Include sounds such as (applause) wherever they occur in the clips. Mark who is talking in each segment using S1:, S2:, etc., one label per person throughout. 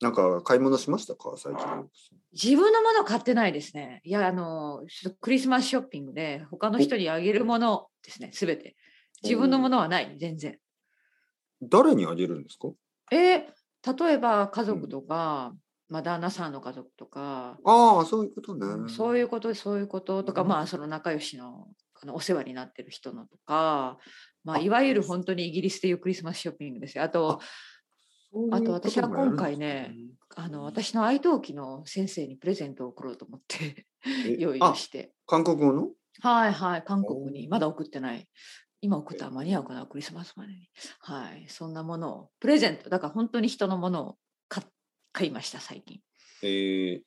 S1: なんか買い物しましたか最近。
S2: 自分のもの買ってないですね。いや、あの、ちょっとクリスマスショッピングで、他の人にあげるものですね、すべて。自分のものはない、全然。
S1: 誰にあげるんですか
S2: えー例えば家族とか、まあ、旦那さんの家族とか、
S1: ああ、そういうことね。
S2: そういうことそういうこととか、
S1: うん
S2: まあその仲良しのあのお世話になってる人のとか、まあ、いわゆる本当にイギリスでいうクリスマスショッピングですよあと
S1: そういう
S2: あと私は
S1: こともやるんです
S2: 今回ねあの私の愛登記の先生にプレゼントを送ろうと思って
S1: え
S2: 用意
S1: あ
S2: をして
S1: 韓国語の
S2: はいはい韓国
S1: お
S2: に
S1: ー
S2: まだ送ってない今送ったら間に合うかなクリスマスまでにはいそんなものをプレゼントだから本当に人のものを買っ買いました最近
S1: えー、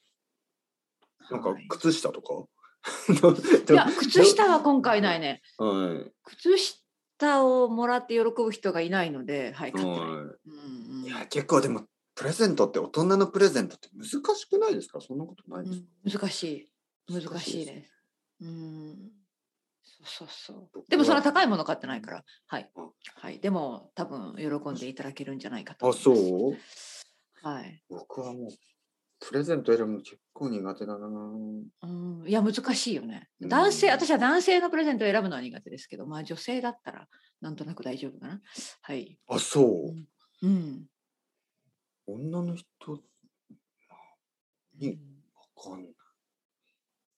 S1: なんか
S2: はい
S1: 靴下とか、
S2: いや靴下は今回ないね
S1: はい。
S2: 靴下をもらって喜ぶ人がいないので、はい、買ってない。
S1: は
S2: うんうん
S1: い、いや、結構でも、プレゼントって、大人のプレゼントって難しくないですかそんなことな
S2: う
S1: いですか、
S2: ん難しい。難
S1: 難し
S2: し
S1: い
S2: い
S1: で
S2: です。うん。そうそうそう
S1: 僕は。
S2: でもそんな高いもの買ってないから、はい
S1: うん。
S2: はい、でも多分喜んでいただけるんじゃないかと
S1: あ、
S2: 思います。
S1: そう
S2: はい。
S1: 僕はもう、プレゼント選ぶの結構苦手だな。
S2: うん、いや、難しいよね。
S1: うん
S2: 男性、私は男性のプレゼントを選ぶのは苦手ですけど、まあ女性だったらなんとなく大丈夫かな。はい。
S1: あ、そう
S2: う。ん。うん。
S1: 女の人、いいわかんない。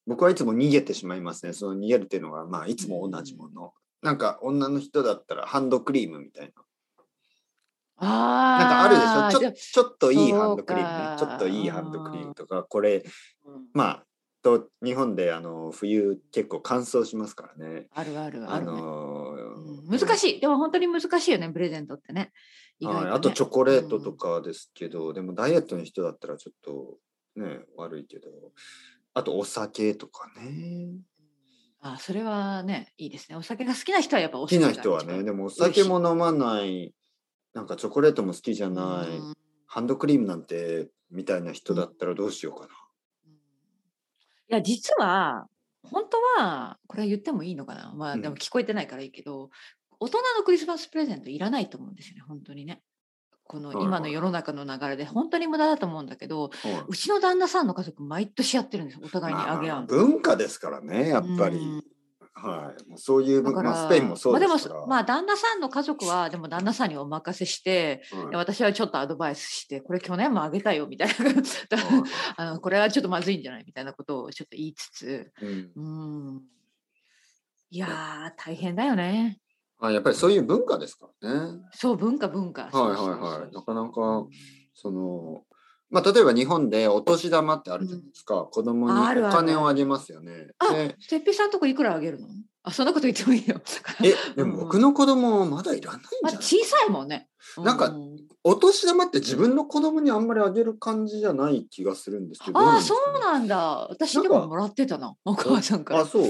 S1: 僕はいつも逃げてしまいますね。その逃げるっていうのが、まあ、いつも同じもの。なんか、女の人だったら、ハンドクリームみたいな。
S2: ああ。
S1: なんかあるでし
S2: じゃ
S1: ょちょちょっといいハンドクリ
S2: そう
S1: ームね
S2: か
S1: ちょっといいハンドクリームとかこれ
S2: うん
S1: まあと日本であの冬結構乾燥しますからね。
S2: あるある
S1: あ
S2: あるね、
S1: の
S2: うん難
S1: い
S2: しい。でも本当に難しいよね、プレゼントってね。意外と、ね
S1: あとチョコレートとかですけど、でもダイエットの人だったらちょっとね悪いけどあとお酒とかね
S2: あそれはね、いいですね。お酒が好きな人はやっぱお
S1: 好き
S2: 酒が
S1: な人はね
S2: 一番
S1: でもお酒も飲まないなんかチョコレートも好きじゃない、
S2: うん
S1: ハンドクリームなんてみたいな人だったらどうしようかな。
S2: いや、実は、本当は、これは言ってもいいのかな。ま
S1: う
S2: あ、
S1: ん
S2: でも聞こえてないからいいけど、大人のクリスマスプレゼントいらないと思うんですよね、本当にね。こ
S1: はい
S2: の
S1: はい
S2: 今の世の中の流れで本当に無駄だと思うんだけど、
S1: うん
S2: うちの旦那さんの家族毎年やってるんですよお互いに
S1: まあ
S2: あげ
S1: まあ
S2: 合うの
S1: 文化ですからねやっぱり、
S2: うん
S1: はいもうそういう
S2: だ
S1: 文
S2: から、
S1: まあ、スペインもそうですから、
S2: まあ、でもまあ旦那さんの家族はでも旦那さんにお任せして
S1: はい
S2: 私はちょっとアドバイスしてこれ去年もあげたよみたいな (laughs) あのこれはちょっとまずいんじゃないみたいなことをちょっと言いつつ
S1: うん
S2: うんいやー大変だよね
S1: あやっぱりそういう文化ですからね
S2: そう文化文化はい
S1: はいはいなかなかそのまあ例えば日本でお年玉ってあるじゃないですか、子供に
S2: あある
S1: お
S2: ある
S1: 金をあげますよね
S2: あ
S1: で
S2: てっぺいさんとこいくらあげるのあそんなこと言ってもいいよ、
S1: えでも僕の子供まだいらないんじゃ
S2: (laughs) ま
S1: な
S2: あ、
S1: い、
S2: 小さいもんね
S1: なんか
S2: う
S1: お年玉って自分の子供にあんまりあげる感じじゃない気がするんですけど
S2: あ
S1: ど
S2: あそうなんだ私
S1: なん
S2: でも
S1: か
S2: もらってたなお母さんから
S1: あそうい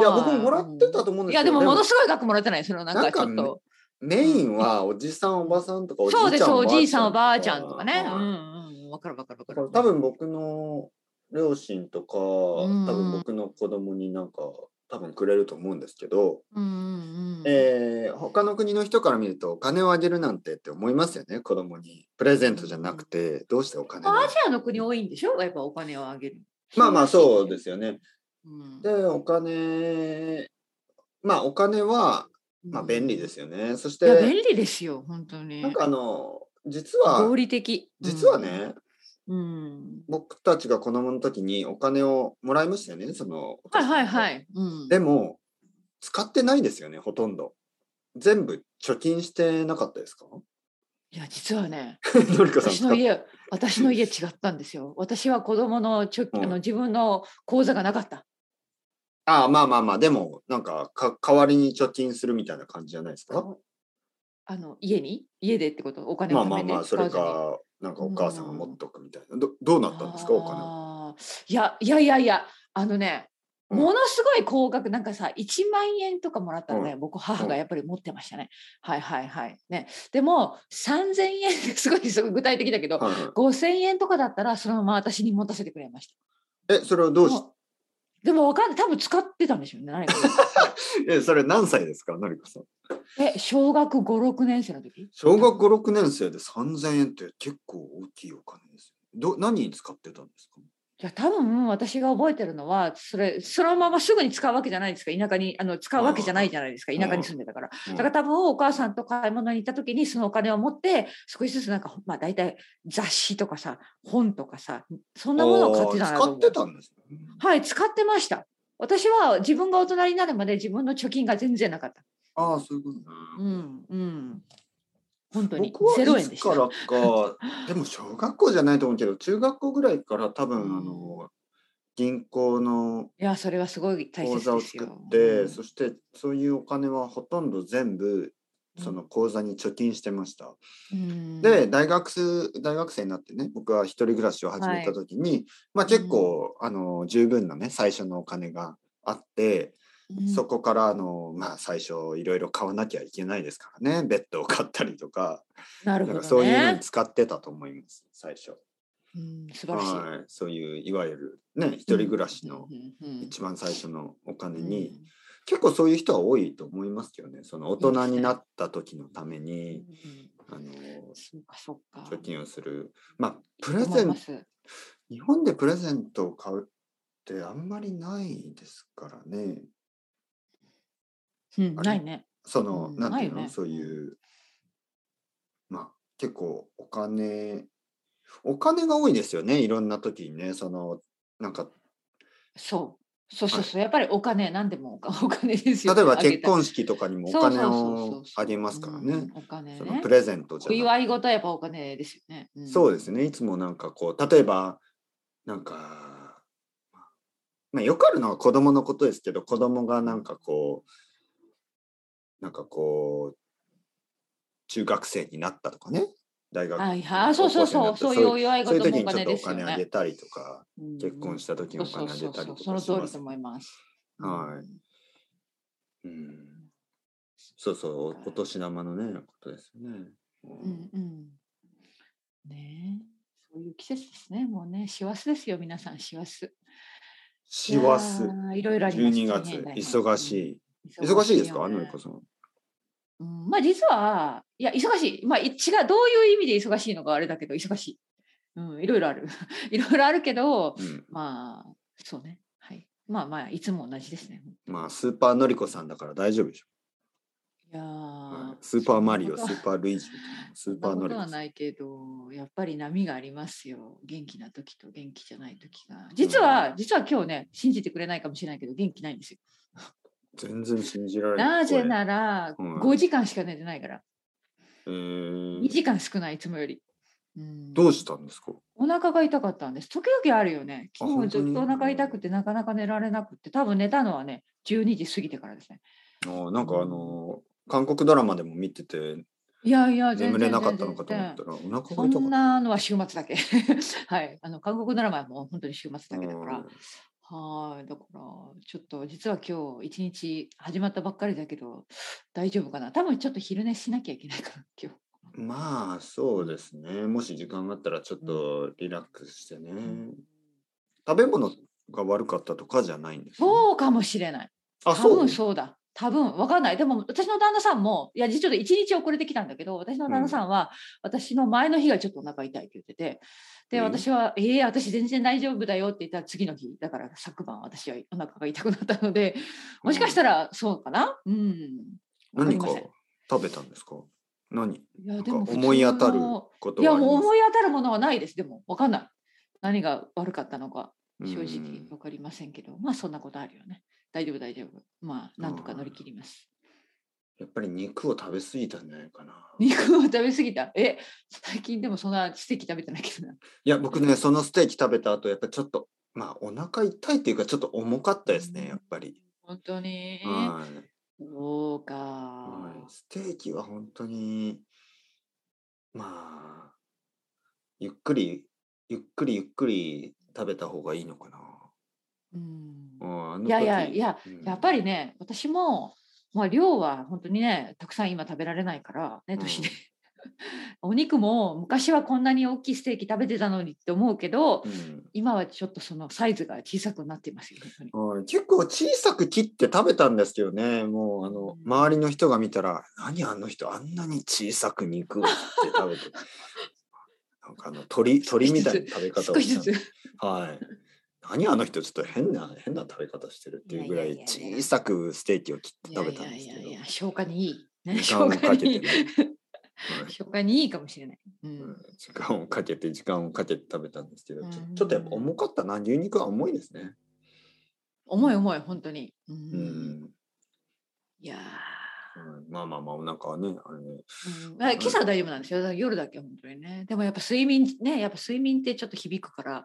S1: や
S2: は
S1: 僕ももらってたと思うんですけど
S2: いやでももの
S1: も
S2: すごい額もらってないそのなん
S1: な
S2: か
S1: ん
S2: ち
S1: か
S2: ょっと
S1: メインはおじさんおばさんとかおじいちゃん
S2: そうですおじいさんお
S1: ば
S2: ば
S1: あ
S2: あ
S1: ち
S2: ち
S1: ゃ
S2: ゃ
S1: ん
S2: ん
S1: と
S2: と
S1: か
S2: か
S1: ね
S2: ねうんうんわかるわかるわ
S1: だか
S2: か
S1: ら
S2: る
S1: 多分僕の両親とか、
S2: ん
S1: 多分僕の子供になんか多分くれると思うんですけど、
S2: うんうんうん
S1: えー他の国の人から見るとお金をあげるなんてって思いますよね子供にプレゼントじゃなくてどうしてお金を
S2: アジアの国多いんでしょやっぱお金をあげる、
S1: まあまあそうですすよね
S2: うん
S1: でお金まあお金はまあ便利ですすよねそし
S2: いや便
S1: て
S2: 利ですよ本当に
S1: なんかあの実は
S2: 合理的
S1: 実はね
S2: うん
S1: 僕たちが子供の時にお金をもらいましたよねそのお
S2: はい
S1: 年玉
S2: はいはいうん
S1: でも使ってないですよねほとんど全部貯金してなかった
S2: (laughs)
S1: ですか
S2: いや実はね
S1: のりこさん
S2: 私
S1: 使っ
S2: の家私の家違ったんですよ私は子供の貯金、あ
S1: うん
S2: の自分の口座がなかった
S1: ああまあまあまあでもなんかか代わりに貯金するみたいな感じじゃないですか
S2: あの家に家でってことお金
S1: ま
S2: を
S1: あ
S2: 貯
S1: まあ
S2: めて
S1: まあそ
S2: 使わ
S1: れ
S2: ずに
S1: かなんかお母さんが持っとくみたいなどどうなったんですかお金は
S2: あーいやいやいやいやあのね
S1: うん
S2: ものすごい高額なんかさ1万円とかもらったのね、
S1: う
S2: 僕母がやっぱり持ってましたね、はいはいはいねでも3000円すごいすごい具体的だけど、
S1: はいは
S2: 5000円とかだったらそのまま私に持たせてくれました
S1: い、えそれをどうし
S2: も
S1: (laughs)
S2: うでもわかんない多分使ってたんでしょうね何かね
S1: えそれ何歳ですかのりこさん
S2: え、小学5、6年生の時
S1: 小学5、6年生で3000円って結構大きいお金ですよ。ど何に使ってたんですか
S2: いや多分私が覚えてるのはそれそのまますぐに使うわけじゃないですか田舎にあの使うわけじゃないじゃないですか
S1: うん
S2: 田舎に住んでたから、
S1: うん
S2: だから多分お母さんと買い物に行った時にそのお金を持って少しずつなんかまあ大体雑誌とかさ本とかさそんなものを買ってたんだと
S1: 使
S2: 思
S1: っ
S2: う
S1: てたんですね。
S2: はい使ってました私は自分が大人になるまで自分の貯金が全然なかった
S1: ああ、そういうことね。
S2: うんうん本当に
S1: 僕は
S2: ゼロ
S1: い
S2: 円で
S1: つ
S2: し
S1: か
S2: た
S1: らか、でも小学校じゃないと思うけど、中学校ぐらいから多分、
S2: うん
S1: あの、銀行の
S2: いやそれはすごい大
S1: 口
S2: 切
S1: 座を
S2: です
S1: 作
S2: よ
S1: って、
S2: うん
S1: そしてそういうお金はほとんど全部、その口座に貯金してました。
S2: うん
S1: で大学生大学生になってね僕は一人暮らしを始めた時に、まあ結構、あの十分なね最初のお金があって、
S2: うん
S1: そこからあのまあ最初いろいろ買わなきゃいけないですからねベッドを買ったりとか
S2: なる
S1: な
S2: ほ
S1: ん
S2: ど、
S1: かそ
S2: ね、
S1: ういうのに使ってたと思います最初
S2: うん素晴らしい。
S1: はいそういういわゆるね一人暮らしの
S2: うんうんうん
S1: 一番最初のお金
S2: うん
S1: に、結構そういう人は多いと思いますけどねその大人になった時のため
S2: うんう
S1: に、
S2: ん
S1: あの
S2: そうかそうか。
S1: 貯金をするまあプレ
S2: 思
S1: ゼ
S2: い
S1: ン
S2: ます
S1: 日本でプレゼントを買うってあんまりないですからね。
S2: うん
S1: あれ
S2: ないね。
S1: その、
S2: うん
S1: なんていうの、
S2: ないよね
S1: そういう、まあ結構お金、お金が多いですよね、いろんな時にね、その、なんか、
S2: そう。そうそうそう、やっぱりお金何でもお (laughs) 金お金です
S1: 例
S2: よ
S1: え
S2: ね、
S1: ば
S2: あげたい
S1: 結婚式とかにもお
S2: そうそう
S1: 金
S2: そうそう
S1: をあげますからね、
S2: うんお金
S1: その
S2: ね
S1: プ。レゼントじゃ
S2: お
S1: なく
S2: 祝い事はやっぱお金ですよね。ん
S1: そうです。ね、いつもなんかこう、例えば、なんか、まあ、よくあるのは子供のことですけど、子供がなんかこう、なんかこう、中学生になったとかね、大学
S2: はいはい、そうそうそう、そういうお祝い
S1: そうい
S2: 事
S1: う時
S2: も
S1: に
S2: お
S1: ちょっ
S2: 金
S1: とお
S2: ですよね。
S1: 金あげたりとか、
S2: うん
S1: 結婚した時にお金あげたりと
S2: そうそうそうそう
S1: かし
S2: その
S1: ま
S2: 通り
S1: す
S2: と。思います。
S1: はいうんそうそう、お年玉のね、ことですよね。
S2: うんうん。ねえ、そういう季節ですね。もうね、師走ですよ、皆さん、師走。
S1: 師走
S2: いや、ー。いろいろあります
S1: 12月、忙し
S2: い。
S1: い。忙しいですか、
S2: よね
S1: のりこさん。
S2: うん、まあ実は、いや、忙しい。まあ、い違う、どういう意味で忙しいのかあれだけど、忙しい。うん、いろいろある。 (laughs) いろいろあるけど、
S1: うん
S2: まあ、そうね。はい。まあまあ、いつも同じですね。
S1: まあ、スーパーのりこさんだから大丈夫でしょ。
S2: いや
S1: は
S2: ー
S1: いスーパーマリオ、
S2: そん
S1: ス
S2: なこと
S1: ーパー
S2: は
S1: ルイージみたいな、スーパー
S2: そん
S1: の
S2: な
S1: り
S2: こと
S1: こ
S2: は
S1: さん。
S2: ないけど、やっぱり波がありますよ。元気な時と元気じゃない時が。実は、実は今日ね、信じてくれないかもしれないけど、元気ないんですよ。
S1: 全然信じられない。
S2: なぜ
S1: こ
S2: なら、
S1: うん
S2: 5時間しか寝てないから、
S1: れえー
S2: 2時間少ない、いつもより。うん
S1: どうしたんですか
S2: お腹が痛かったんです。時々あるよね。
S1: あ
S2: 昨日ずっとお
S1: 本当に
S2: 腹痛くて、なかなか寝られなくて、多分寝たのはね、12時過ぎてからですね。
S1: あーなんかあのー韓国ドラマでも見てて
S2: いやいや、全
S1: 眠
S2: 然
S1: れなかったのかと
S2: 全
S1: 思
S2: 然
S1: ったらお腹が痛か
S2: そ
S1: った。
S2: んなのは週末だけ。 (laughs) はい。あの、韓国ドラマはもう本当に週末だけだから。はい。だから、ちょっと実は今日、一日始まったばっかりだけど、大丈夫かな。多分ちょっと昼寝しなきゃいけないから、今
S1: うんまあそうですね。もし時間があったらちょっとリラックスしてね。
S2: 日。
S1: 食べ物が悪かったとかじゃないんですね、
S2: そうかもしれない。
S1: あ
S2: 多
S1: そう
S2: 分そうだ。多分わかんない。でも私の旦那さんも、いや、実はちょっと1日遅れてきたんだけど、私の旦那さんは、私の前の日がちょっとお腹痛いって言ってて、で、
S1: うん
S2: 私は、ええ私全然大丈夫だよって言ったら次の日、だから昨晩私はお腹が痛くなったので、もしかしたらそうかなうん。わ
S1: 何
S2: か
S1: か
S2: りません
S1: 食べたんですか何
S2: いや、
S1: なん
S2: で
S1: か
S2: も普通の
S1: 思い当たること
S2: いや、
S1: はあります
S2: もう思い当たるものはないです。でも、わかんない。何が悪かったのか、正直わかりませんけど、まあそんなことあるよね。大丈夫、大丈夫。まあ、なんとか乗り切ります。
S1: やっぱり肉を食べ過ぎたんじゃないかな。
S2: 肉を食べ過ぎた。え、最近でもそんなステーキ食べてないけどな。
S1: いや、僕ね、そのステーキ食べた後、やっぱりちょっと、まあ、お腹痛いっていうか、ちょっと重かったですね、やっぱり。
S2: 本当に。
S1: はい
S2: そうか、
S1: はい。ステーキは本当に、まあ、ゆっくり、ゆっくりゆっくり食べた方がいいのかな。
S2: うん
S1: うんあの
S2: いやいや
S1: 時
S2: いや、
S1: うん
S2: やっぱりね、私も、まあ量は本当にね、たくさん今食べられないから、ね、
S1: ん
S2: 年で。 (laughs) お肉も昔はこんなに大きいステーキ食べてたのにって思うけど、
S1: うん
S2: 今はちょっとそのサイズが小さくなっていますよ。本当
S1: う
S2: に
S1: ん結構小さく切って食べたんですけどねもうあの
S2: うん
S1: 周りの人が見たら「何あの人あんなに小さく肉を切って食べてる」 (laughs) なんかあの鳥鳥みたいな食べ方を
S2: 少し
S1: し
S2: ず
S1: たんで
S2: つ。
S1: はい何あの人ちょっと変な変な食べ方してるっていうぐら
S2: いやい
S1: い
S2: やいやいや
S1: 小さくステーキを切って
S2: いや
S1: 食べ
S2: い
S1: たん
S2: や
S1: です
S2: いや
S1: けど
S2: いや、消化にいい。ね、
S1: 時間を
S2: 消化
S1: かけ
S2: にい
S1: て
S2: い (laughs)
S1: ね。はい
S2: 消化にいいかもしれない。うん。
S1: 時間をかけて時間をかけて食べたんですけどちょ
S2: うん
S1: ちょっとやっぱ重かったな牛肉は重いですね。
S2: 重い重い、本当に。うん。
S1: うん
S2: いや
S1: うんまあまあまあお腹はねあれね
S2: ー、うんあ今朝は大丈夫なんですよ。だから夜だけ本当にね。でもやっぱ睡眠ね、やっぱ睡眠ってちょっと響くから、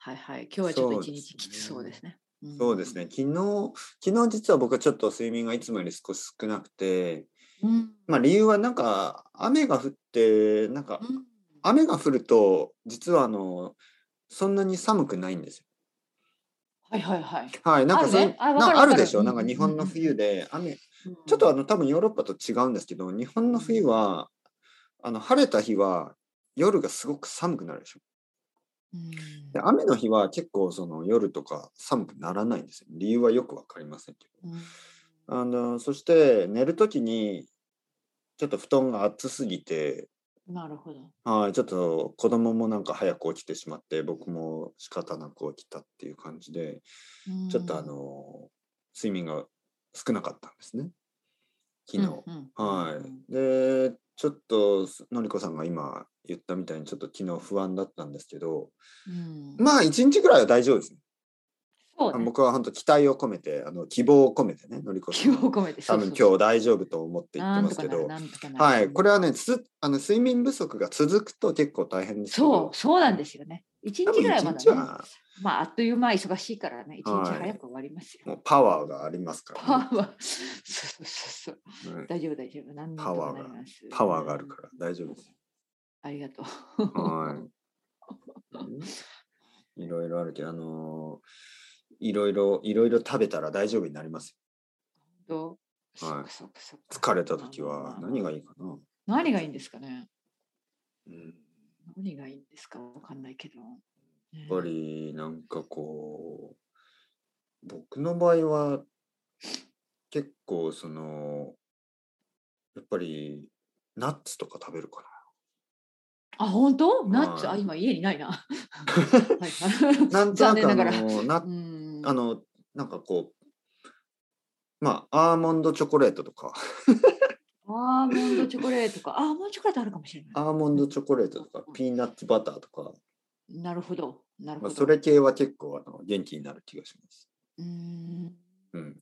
S2: はいはい。今日はちょっと一日きつそうですね。ん
S1: そうですね。昨日昨日実は僕はちょっと睡眠がいつもより少し少なくて、
S2: うん。
S1: まあ、理由はなんか雨が降ってなんか
S2: うん
S1: 雨が降ると実はあのそんなに寒くないんですよ。
S2: はいはいはい。
S1: はい、なんかそう
S2: あるねあわかる
S1: な
S2: わか
S1: あ
S2: る
S1: るでしょ。なん
S2: う
S1: か
S2: んうんうん
S1: 日本の冬で雨
S2: うん
S1: ちょっとあの多分ヨーロッパと違うんですけど日本の冬はあの晴れた日は夜がすごく寒くなるでしょ。
S2: うん
S1: で雨の日は結構その夜とか寒くならないんですよ。理由はよくわかりませんけど。
S2: うん
S1: あのそして寝るときにちょっと布団が熱すぎて
S2: なるほど。
S1: はいちょっと子供もなんか早く起きてしまって僕も仕方なく起きたっていう感じでちょっとあ
S2: うん、
S1: の睡眠が少なかったんですね昨日。
S2: うんうん
S1: はいでちょっとのりこさんが今言ったみたいにちょっと昨日不安だったんですけど
S2: うん
S1: まあ1日ぐらいは大丈夫です、ね、
S2: そう
S1: あ
S2: ね、
S1: 僕は本当期待を込めてあの希望を込めてねのりこさ
S2: 希
S1: ん
S2: 望
S1: は
S2: を込めて。
S1: 多分今日大丈夫と思って言ってますけど、は、
S2: はい
S1: これはね、つあの睡眠不足が続くと結構大変ですけ
S2: そ
S1: ど
S2: う、、そうなんですよね。一
S1: 多
S2: 日
S1: 分
S2: ぐらいは
S1: 一
S2: ま
S1: 日
S2: だ、ね、
S1: は
S2: まああっという間忙しいからね、一日
S1: はい
S2: 早く終わりますよ。
S1: もうパワーがありますか
S2: パ
S1: ら、ね
S2: ワー (laughs) は、そうそうそうそう、
S1: うん
S2: 大丈夫大丈夫、なんと
S1: パ
S2: か
S1: ワー
S2: な
S1: が
S2: ります。
S1: パワーがあるから大丈夫です。
S2: ら。ありがとう。 (laughs)
S1: はい。いろいろあるけど、あのーいろいろ、いろいろ食べたら大丈夫になりますよ。
S2: どう
S1: はい
S2: そっかそっか
S1: 疲れた時は何がいいかな。
S2: 何がいいんですかね。
S1: うん、
S2: 何がいいんですかわかんないけど。
S1: や
S2: ね
S1: っぱり、なんかこう、僕の場合は、結構、その、やっぱり、ナッツとか食べるかな。
S2: あ、本当ナッツ、
S1: は
S2: あ、
S1: い
S2: 今家にないな。は
S1: (laughs)
S2: い
S1: なんとな
S2: (laughs) 残念
S1: くあ
S2: ながら。
S1: の
S2: う
S1: な
S2: ーん
S1: あのなんかこうまあアーモンドチョコレートとか (laughs)
S2: アーモンドチョコレートか。アーモンドチョコレートあるかもしれない。
S1: アーモンドチョコレートとかピーナッツバターとか、
S2: なるほど。なるほ
S1: まあ、
S2: ど。
S1: それ系は結構あの元気になる気がします。
S2: うーん。頑
S1: うん、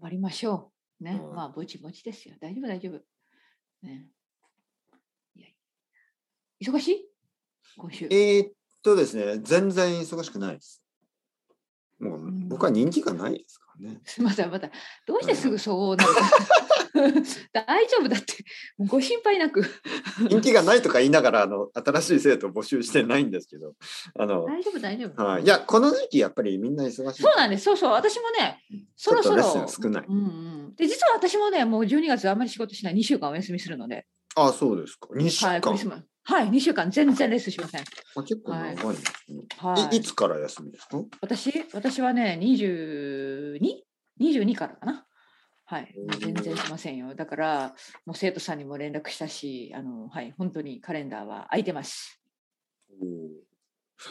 S2: 張りましょう。ね。
S1: うん
S2: まあ、ぼちぼちですよ。大丈夫、大丈夫。ね。いや忙しい今週。
S1: えーっとですね全然忙しくないです。もうん僕は人気がないですからね。
S2: すみません、また。どうしてすぐそうなる (laughs) の大丈夫だって。ご心配なく。
S1: 人気がないとか言いながらあの新しい生徒を募集してないんですけどあの、
S2: 大丈夫、大丈夫。
S1: はい、いやこの時期やっぱりみんな忙しい
S2: そうなんです。そうそう。私もね、そろそろ。
S1: ちょっとレッスン少ない。
S2: うんうん。で、実は私もね、もう12月あんまり仕事しない。2週間お休みするので。
S1: あそうですか。2週
S2: はい、ク
S1: 間、
S2: リスマス。はい、2週間全然レッスンしません。
S1: あ結構長いんですね。、
S2: はい
S1: いつから休みですか
S2: 私私はね 22?22 からかな。はい、もう全然しませんよ。だからもう生徒さんにも連絡したしあの、はい、本当にカレンダーは空いてます。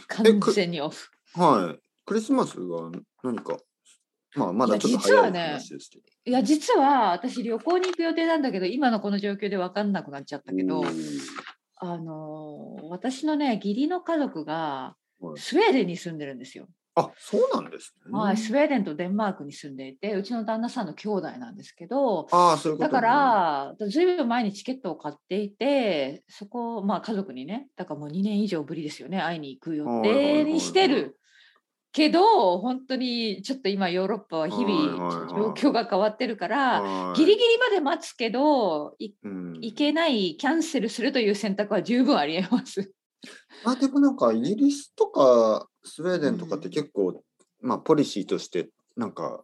S2: 完全にオフ。
S1: はい。クリスマスが何か、まあ、まだちょっと
S2: いや実
S1: 早
S2: はいね
S1: 話ですけど。
S2: いや実は私旅行に行く予定なんだけど今のこの状況で分かんなくなっちゃったけど
S1: おー
S2: あのー私のね義理の家族が
S1: はい
S2: スウェーデンに住んでるんですよ。
S1: あ、そうなんですね。
S2: はい、スウェーデンとデンマークに住んでいてうちの旦那さんの兄弟なんですけど、
S1: ああ、そういうこ
S2: だ
S1: と、
S2: から、ずいぶん前にチケットを買っていて、そこを、まあ、家族にね、だからもう2年以上ぶりですよね、会いに行く予
S1: はいはいはい
S2: 定
S1: はい
S2: にしてる。けど、本当にちょっと今、ヨーロッパは日
S1: はいはいは
S2: 々、
S1: い
S2: 状況が変わってるから、
S1: はい、
S2: ギリギリまで待つけど、い
S1: うん
S2: 行けない、キャンセルするという選択は十分ありえます。
S1: まあ、でもなんか、イギリスとかスウェーデンとかって結構、まあ、ポリシーとして、なんか、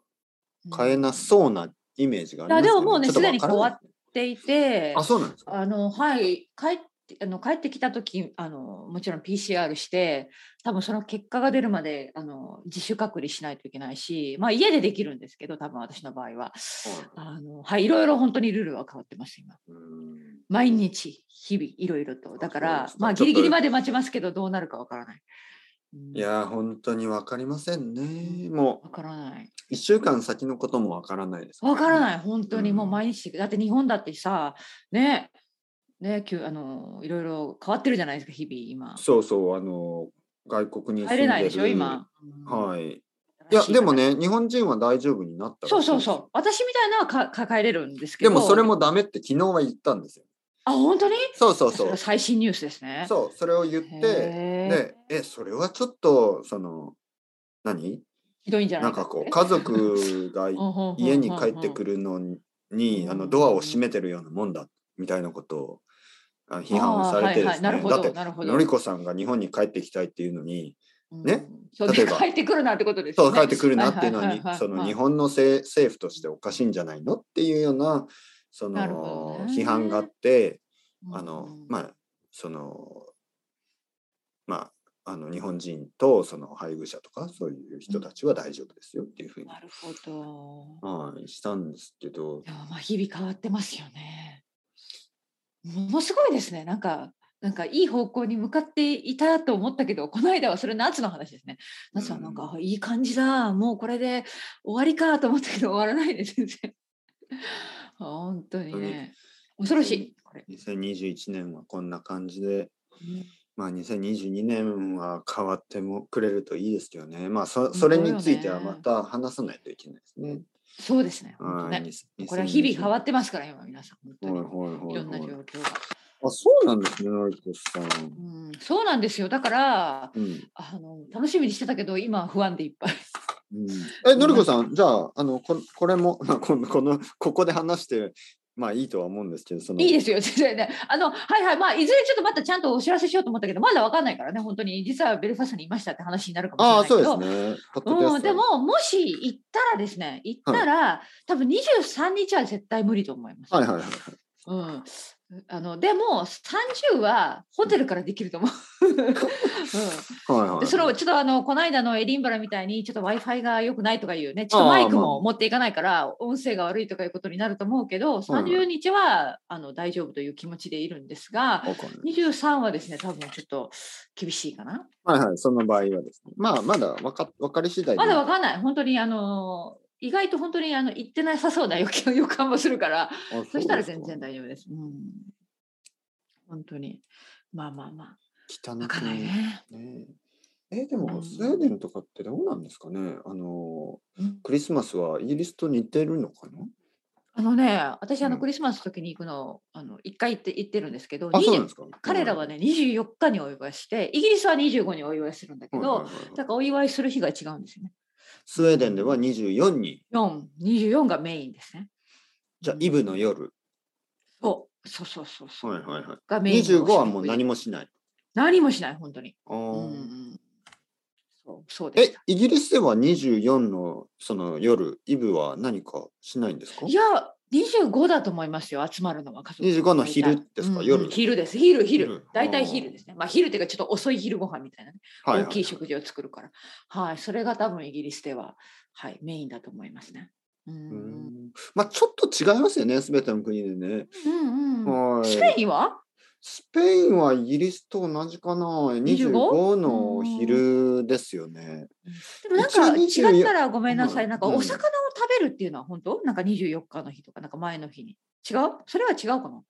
S1: 変えなそうなイメージがあり
S2: い
S1: ます
S2: やで
S1: よ
S2: ももうね
S1: ちょっと
S2: すでに
S1: わからない
S2: っていて
S1: あ、そうなんですか。
S2: あのはい帰ってあの帰ってきた時あのもちろん PCR して多分その結果が出るまであの自主隔離しないといけないし、まあ、家でできるんですけど多分私の場合はあの、はい、いろいろ本当にルールは変わってます今
S1: うん
S2: 毎日日々いろいろとだ
S1: そ
S2: か
S1: う
S2: ら
S1: ですか
S2: まあ
S1: ちょ
S2: ギ
S1: っと
S2: リギリまで待ちますけどどうなるかわからない。うん
S1: いやー本当に分かりませんね。も
S2: わからない。
S1: う1週間先のことも分からないです、。
S2: わからないい。本当にもう毎日、だって日本だってさ、ね、ね、きゅあのいろいろ変わってるじゃないですか、日々今。
S1: そうそう、あの外国に住
S2: 入
S1: ん
S2: れ
S1: る
S2: ないでしょ、今。い。
S1: はい。いや、でも。ね、日本人は大丈夫になったらしい
S2: そう
S1: です
S2: そうそう。私みたいなのはか抱えれるんですけ
S1: で
S2: ど。
S1: もそれ。もダメって昨日は言ったんですよ。
S2: あ、本当に
S1: そうそうそ
S2: れ
S1: う。
S2: 最新ニュースですね。
S1: そう、それを言って、
S2: へー
S1: で、え、それはちょっと、その、何
S2: ひどいんじゃな
S1: ないんかこう、
S2: って
S1: 家族
S2: (laughs)
S1: が家に帰ってく
S2: る。
S1: るのに、あ
S2: う
S1: の
S2: ん
S1: ドアを閉めてるようなもんだみたいなことをあ批判をされてですね、
S2: あーはいはいなるほど
S1: だって
S2: なるほど
S1: のりこさんが日本に帰ってきたいっていうのに
S2: うん
S1: ね。
S2: そう
S1: 例えば
S2: 帰ってくるなってことです
S1: そ
S2: よ
S1: う
S2: ね。
S1: 帰ってくるなっていうの
S2: はい
S1: に
S2: はいはいはい
S1: その日本のせい政府としておかしいんじゃないのっていうようなそ
S2: なるほ
S1: の
S2: どね
S1: 批判があって
S2: うん
S1: あのまあそのまああの日本人とその配偶者とかそういう人たちは大丈夫ですよっていうふうに、
S2: なるほど。
S1: はいしたんですけど
S2: いやまあ日々変わってますよね。ものすごいですね。なんか、なんかいい方向に向かっていたと思ったけど、この間はそれ夏の話ですね。夏はなんか、あいい感じだ、もうこれで終わりかと思ったけど、終わらないね、全然。あ本当にね。恐ろしい、これ。
S1: 2021年はこんな感じでまあ、2022年は変わってもくれるといいですけどね。まあそ、それについてはまた話さないといけないですね。
S2: そうですね。本当
S1: はい、
S2: ね
S1: 2022
S2: これは日々変わってますから、今、皆さん。本当に。い
S1: はい
S2: ろ
S1: は
S2: んない状
S1: はいはい。
S2: 況が。
S1: あ、そうなんですね、のりこさん。
S2: うん、そうなんですよ。だから、
S1: うん
S2: あの楽しみにしてたけど、今は不安でいっぱい。
S1: うん、え、のりこさん、じゃあ、あのここれも、 (laughs) まあ、この、この、ここで話して、まあいいとは思うんですけど、その、
S2: いいですよ、全然ね。あの、はいはい、まあ、いずれちょっとまたちゃんとお知らせしようと思ったけど、まだわかんないからね、本当に、実はベルファストにいましたって話になるかもしれ
S1: あ
S2: な
S1: あ、
S2: いけ
S1: そう
S2: ど。
S1: ですね。ポッドキャスト
S2: うん、で、も、もし行ったらですね、行ったら、多分23日は絶対無理と思います。
S1: はいはいはい。
S2: うん、あのでも、30はホテルからできると思う。 (laughs)
S1: はい
S2: うん
S1: は
S2: で
S1: い。
S2: それをちょっとあのこの間のエディンバラみたいにちょっと w i f i が良くないとかいうねちょっとマイク
S1: あーまあ
S2: も持っていかないから音声が悪いとかいうことになると思うけど
S1: はい
S2: 30日はあの大丈夫という気持ちでいるんですが、
S1: わかんない
S2: 23はですね、多分ちょっと厳しいかな。
S1: はいはい、その場合はですね。まあ、まだわか、わかり次第
S2: まだわ
S1: わ
S2: かんない。本当に、あのー、意外と本当にあの行ってなさそうな予感 (laughs) 予感もするから、そしたら全然大丈夫です。うん。本当に。まあまあま
S1: 汚
S2: あ。わかんない
S1: ね
S2: ね。
S1: ねえーで
S2: う
S1: も
S2: ん
S1: スウェーデンとかってどうなんですかねあの
S2: うん
S1: クリスマスはイギリスと似てるのかな
S2: あのね、私、あ
S1: う
S2: の
S1: ん
S2: クリスマスの時に行くの、あの一回行って行ってるんですけど、
S1: あそうなん
S2: 20
S1: ですか
S2: 彼らは
S1: ね
S2: ね、24日にお祝いして、イギリスは25にお祝いするんだけど、だ
S1: だ
S2: からお祝いする日が違うんですよね。
S1: スウェーデンでは24に
S2: 4、24がメインですね。
S1: じゃあ
S2: うん
S1: イブの夜、
S2: そうそうそうそうそう。
S1: はいはいはい
S2: がメインの
S1: 25はもう何
S2: も
S1: もしない
S2: 何もしない本当に、
S1: あ
S2: うんう
S1: ー
S2: ん、そうそうでし
S1: え
S2: た
S1: イギリスでは24のその夜イブは何かしないんですか
S2: いや25だと思いますよ集まるのは家族
S1: 25の昼ですか
S2: 大体
S1: 夜
S2: うん昼です昼
S1: 昼
S2: 昼大体昼ですねまあ昼っていうかちょっと遅い昼ご飯みたいなね、
S1: は
S2: 大きい食
S1: 事
S2: 事を作るからはいそれが多分イギリスでははいメインだと思いますねうんうん
S1: まあちょっと違いますよね全ての国でね、
S2: うんうん
S1: はい
S2: スペインは
S1: スペインはイギリスと同じかな。25の昼ですよね。
S2: でもなんか
S1: 一応24
S2: 違ったらごめんなさ
S1: う
S2: い
S1: ん
S2: なんかお魚を食べるっていうのは本当なんか24日の日とかなんか前の日に違うそれは違うかな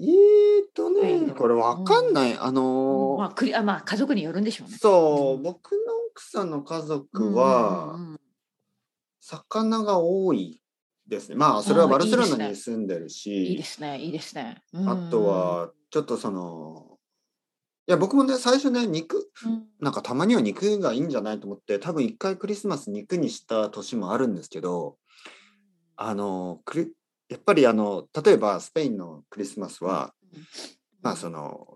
S1: えーとね、これわかんない。あのー
S2: まあ、くりあまあ家族によるんでしょうね。
S1: そうう、
S2: ん
S1: 僕の奥さんの家族
S2: う
S1: は
S2: んうんうん
S1: 魚が多いですね。まあ、それはバルセロ
S2: あーい
S1: ナ
S2: い
S1: に
S2: です
S1: 住んでるし、
S2: いいですねいいですね。うん
S1: あとはちょっとその、いや、僕もね、最初ね、肉、
S2: うん
S1: なんかたまには肉がいいんじゃないと思って、多分一回クリスマス肉にした年もあるんですけど、あのクリやっぱりあの例えばスペインのクリスマスは、まあその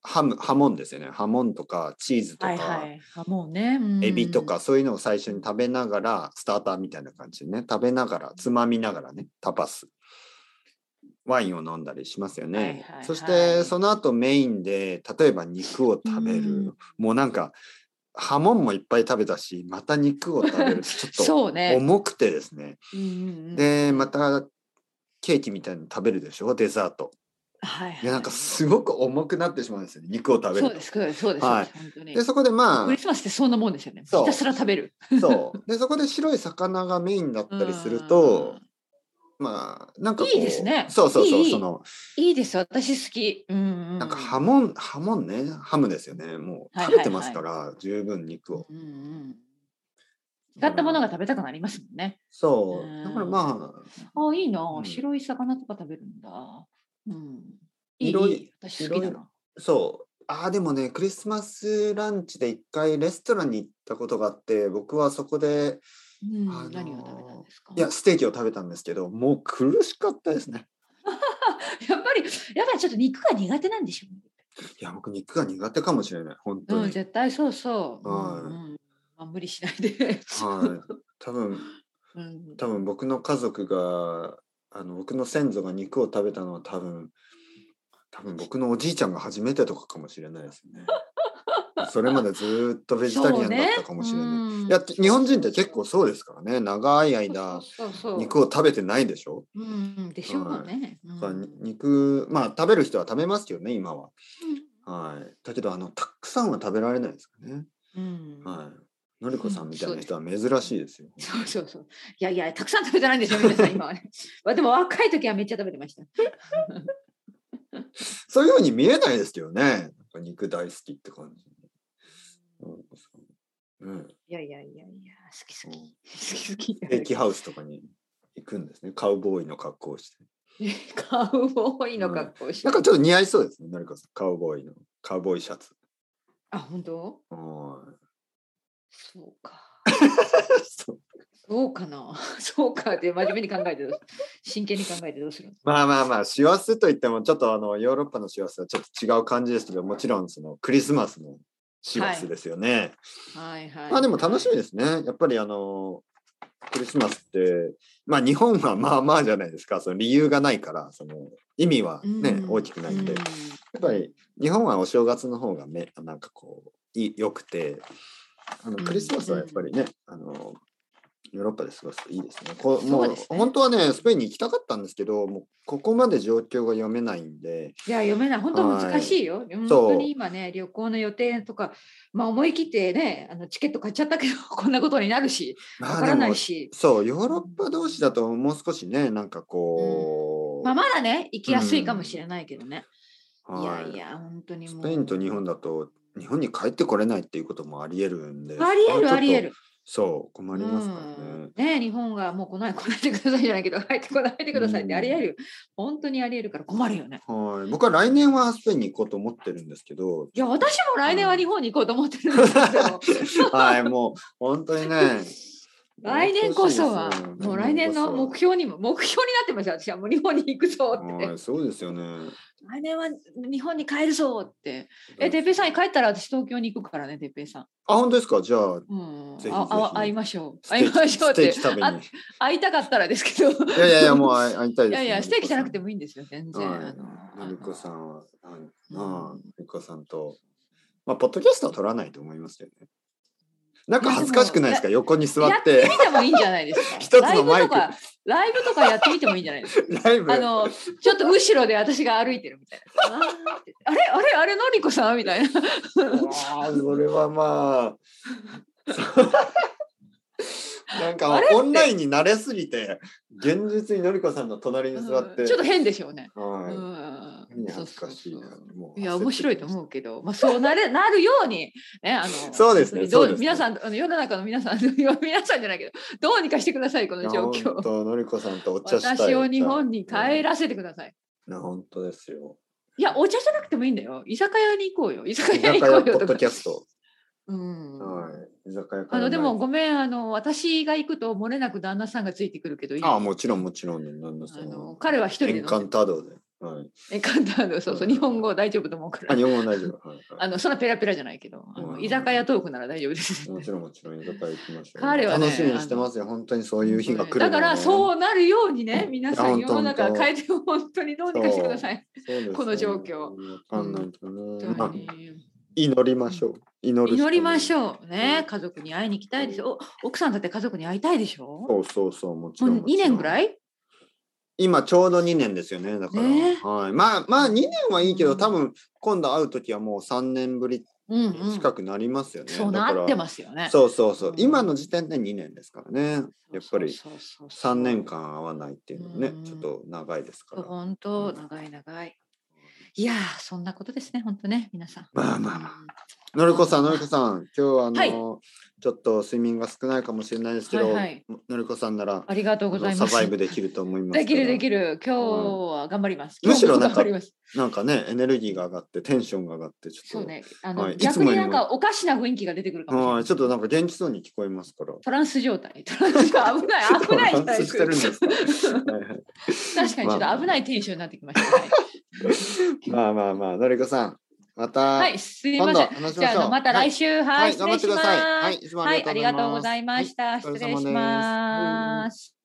S1: ハムハモンですよねハモンとかチーズとか、
S2: はいはいあもうね、うん
S1: エビとかそういうのを最初に食べながらスターターみたいな感じでね食べながらつまみながらねタパスワインを飲んだりしますよね。
S2: はいはいはい
S1: そしてその後メインで例えば肉を食べる、
S2: うん
S1: もうなんか波紋もいっぱい食べたしまた肉を食べる
S2: (laughs)
S1: ってちょっ
S2: そう
S1: と
S2: ね。
S1: 重くてですね
S2: うんうんうん
S1: でまたケーキみたいなの食べるでしょデザート
S2: はいはい
S1: いやなんかすごく重くなってしまうんですよね肉を食べ
S2: そう
S1: る
S2: で
S1: と
S2: すそうですそうです、
S1: はい
S2: 本当に
S1: でそこでま
S2: クリスマスってそんなもんですよねひ
S1: そう
S2: たすら食べる
S1: あそうでそこで白い魚がメインだったりするとまあなんかこう
S2: いいですね
S1: そうそうそう
S2: いい
S1: その
S2: うんいいです私好きうんうんうん
S1: なんかハモン、ハモンね、ハムですよね。もう
S2: はい
S1: 食べてますから、十分肉を。
S2: うんうん使ったものが食べたくなりますもんね
S1: そうう。
S2: ん
S1: だからまあ、
S2: あいいな、
S1: うん
S2: 白い魚とか食べるんだうんいい
S1: 色い
S2: いい私好きだな
S1: そう。ああ、でもね、クリスマスランチで一回レストランに行ったことがあって、僕はそこで、
S2: うん、
S1: あのー
S2: 何を食べたんですか
S1: いや、ステーキを食べたんですけど、もう苦しかったですね。
S2: (laughs) やっぱりやっぱりちょっと肉が苦手なんでしょうね
S1: いや、僕肉が苦手かもしれない、本当
S2: う
S1: に。
S2: ん、絶対そうそう。
S1: はい
S2: うんうんまあ、無理しないで。
S1: はい。多分、
S2: (laughs) うん
S1: 多分僕の家族が、あの、僕の先祖が肉を食べたのは多分、多分僕のおじいちゃんが初めてとかかもしれないです
S2: (laughs)
S1: ね。それまでずーっとベジタリアンだったかもしれない。
S2: い
S1: いや日本人って結構そうですからね長い間肉を
S2: を。
S1: 食べてないでしょ、
S2: うんうん、でしょうね。うん
S1: だからに肉まあ食べる人は食べますけどね今ははいだけどあのたくさんは食べられないですかね
S2: うん
S1: はいのりこさんみたいな人は珍しいですよ、
S2: そうそうそう。いやいや、たくさん食べてないんですよ、皆さん、今はね。 (laughs) まあでも若い時はめっちゃ食べてました。
S1: そういうふうに見えないですけどねなんか肉大好きって感じのりこさんね
S2: いやいやいやいや、好き好
S1: そう
S2: き。好き
S1: ス
S2: 好
S1: テーキ
S2: き。
S1: ハウスとかに行くんですねカウボーイの格好をして
S2: カウボーイの格好をして
S1: なん。かちょっと似合いそうですねのりこさんカウボーイのカウボーイシャツ
S2: あ、本当
S1: はい
S2: そうか。
S1: そう
S2: そうかな。 (laughs) そうかって真面目に考えてどうす、真剣に考えてどうするの
S1: まあまあまあ、師走といっても、ちょっとあのヨーロッパの師走はちょっと違う感じですけど、もちろんそのクリスマスの師走ですよね。
S2: はいはい。
S1: まあでも楽しみですね。やっぱりあのクリスマスって、まあ日本はまあまあじゃないですか、その理由がないから、その意味はね、
S2: うん
S1: 大きくないんで、
S2: う
S1: やっぱり日本はお正月の方がめなんかこうい良くて、あの
S2: うん
S1: クリスマスはやっぱりね、あのヨーロッパで過ごすといいですね。こう
S2: そ
S1: も
S2: う
S1: う
S2: ですね
S1: 本当はね、スペインに行きたかったんですけど、もうここまで状況が読めないんで、
S2: いや読めない本当難しいよ、本
S1: そう
S2: 当に今ね旅行の予定とか、まあ、思い切ってねあのチケット買っちゃったけど (laughs) こんなことになるしわ
S1: ま
S2: か
S1: あで
S2: らな
S1: も
S2: い、し、
S1: そう、ヨーロッパ同士だともう少しね、なんかこう、
S2: まあ、まだね行きやすいかもしれないけどね、い
S1: は
S2: やいや本当に
S1: ス
S2: もう
S1: ペインと日本だと日本に帰ってこれないっていうこともありえるんで
S2: あり
S1: そ
S2: え
S1: れはちょっ
S2: る
S1: と
S2: ありえる
S1: そう困りますからね、
S2: うん、ね日本がもう来ない来ないでくださいじゃないけど (laughs) 入ってこないでくださいってありえる、本当にありえるから困るよね
S1: はい僕は来年はスペインに行こうと思ってるんですけど
S2: いや私も来年は日本に行こうと思ってるんですけ
S1: (laughs)
S2: ど
S1: はいもう本当にね
S2: (laughs) 来年こそは
S1: 難しいですよ
S2: もう来年の目標にも目標になってますよ私はもう日本に行くぞって、
S1: はいそうですよね
S2: 来年は日本に帰るぞってえてっぺいさん帰ったら私東京に行くからねてっぺいさん、
S1: あ本当ですかじゃあ
S2: うん、
S1: ぜひぜひ
S2: ああ会いましょう
S1: ス
S2: 会いましょう
S1: ス
S2: っ
S1: テー
S2: て
S1: キ食べに
S2: 会いたかったらですけどい
S1: いやいやいやもう会い会いたいです
S2: (laughs) やいやステーキじゃなくて
S1: も
S2: もいいんですよ全然、
S1: はい
S2: あの
S1: のりこさ
S2: あの
S1: んはあの
S2: う
S1: まあ
S2: ん
S1: のりこさんとまあポッドキャストは撮らないと思いますよねなんか恥ずかしくないですか横に座
S2: や
S1: っ
S2: って
S1: て
S2: みてもいいんじゃないですか
S1: (laughs) 一つのマイク
S2: ライブとかライブとかやってみてもいいんじゃない
S1: (laughs)
S2: ですか
S1: ライブ
S2: あのちょっと後ろで私が歩いてるみたいなあーってあれあれあれのりこさんみたいな
S1: ああ、それは
S2: (laughs)
S1: まあ。なんか
S2: あれって
S1: オンラインに慣れすぎて、現実にのりこさんの隣に座って。
S2: うんちょっと変でしょうね。
S1: はい。
S2: うん
S1: 変に恥ずかしいな。もう
S2: いや面白いと
S1: う。
S2: 思うけど、まあ、そう
S1: (laughs)
S2: なれなるように、ね、あの
S1: そうですね
S2: 本当にど
S1: そうですね
S2: 皆さんあの世の中の皆さん (laughs) いや皆さんじゃないけどどうにかしてくださいこ
S1: い
S2: の
S1: や
S2: 状
S1: 本
S2: 況
S1: 当のりこさんとお茶したい。
S2: 私を日本に帰
S1: ら。
S2: らせてください、
S1: な本当ですよ。
S2: いやお茶じゃなくてもいいんだよ居酒屋に行こうよ居酒
S1: 居酒
S2: 屋に行
S1: 屋
S2: こ
S1: ポ (laughs)
S2: うよ
S1: ッ
S2: と
S1: ド
S2: か
S1: キャスト。
S2: うん
S1: はい。居酒屋
S2: あのでも
S1: ご
S2: ごめんあの私が行くと漏れなく旦那さんがついてくるけどいい
S1: ああ、もちろんもちろん、ね。なんだそ
S2: あの
S1: の。
S2: 彼は一人で飲ん
S1: エン
S2: で
S1: カンタードで。はい。
S2: えカンターのそうそう日本語大丈夫と思うか
S1: あ、
S2: ら
S1: 日本語大丈夫。はいはい
S2: あのそんなペラペラじゃないけどあの
S1: うん
S2: 居酒屋トークなら大丈夫です
S1: もちろんもちろん居酒屋行きましょう。
S2: 彼はね
S1: 楽しみにしてますよ。本当にそういう日が来るのを
S2: だからそうなるようにね皆さん
S1: いや
S2: 世の
S1: 本当
S2: 中変えて本当にどうにかしてください。
S1: そうですよね
S2: この状況
S1: わかんないとね。まあ
S2: 本当に
S1: 祈りましょう。祈る。
S2: 祈りまし
S1: う。
S2: ょうね家族に会いに行きたいでしょお奥さんだって家族に会いたいでしょ
S1: そうそうそう、もち
S2: も
S1: ろ。
S2: うん2年ぐ
S1: い
S2: らい
S1: 今ちょうど2年ですよね。だから。
S2: ね
S1: はい。まあまあ2年はいいけ
S2: う
S1: ど、
S2: ん
S1: 多分今度会うときはもう3年ぶり
S2: うんうん
S1: 近くなりますよね。
S2: そう
S1: だから
S2: なってますよね。
S1: そうそうそう
S2: う。ん
S1: 今の時点で2年ですからね。やっぱり
S2: そうそうそう
S1: 3年間会わないっていうのはね
S2: うん、
S1: ちょっと長いですから。
S2: 本当長い長い。いやーそんなことですね本当ね皆さん。
S1: まあまあまあ
S2: うん
S1: のりこさん、のりこさん、今日はあの、
S2: はい
S1: ちょっと睡眠が少ないかもしれないですけど、
S2: はいはい
S1: のりこさんなら
S2: ありがとうございま
S1: サ
S2: す。
S1: バイブできると思います。
S2: できるでき
S1: る。
S2: る今日は頑張ります。
S1: むしろなん
S2: 今
S1: か
S2: 日も頑張ります。
S1: なんかね、エネルギーが上がって、テンションが上がって、ちょっと。
S2: そうね。あの、
S1: はいいつ
S2: 逆
S1: もよ
S2: に
S1: り
S2: な
S1: も
S2: んかおかしな雰囲気が出てくるかもしれ
S1: は
S2: ないい。
S1: ちょっとなんか元気そうに聞こえますから。
S2: トランス状態。トランスが危ない危ないじゃないですか
S1: トランスしてるんですか。 (laughs) はいはい
S2: 確かにちょっと危ないテンションになってきました。はい
S1: まあまあまあ、のりこさん、また、 (laughs)
S2: はい、すい
S1: 今
S2: ま
S1: 度
S2: せん。
S1: 話し
S2: じ
S1: ま
S2: ゃあ
S1: し
S2: あ
S1: ょう。
S2: のまた来
S1: 週。
S2: 週、はい、
S1: はい、
S2: 失
S1: 頑張
S2: 礼
S1: って
S2: し
S1: くだ
S2: ます。
S1: さい。はい、いつも
S2: はい、ありがとうございま
S1: は
S2: した。
S1: お疲れ様で
S2: 失
S1: す
S2: 礼します。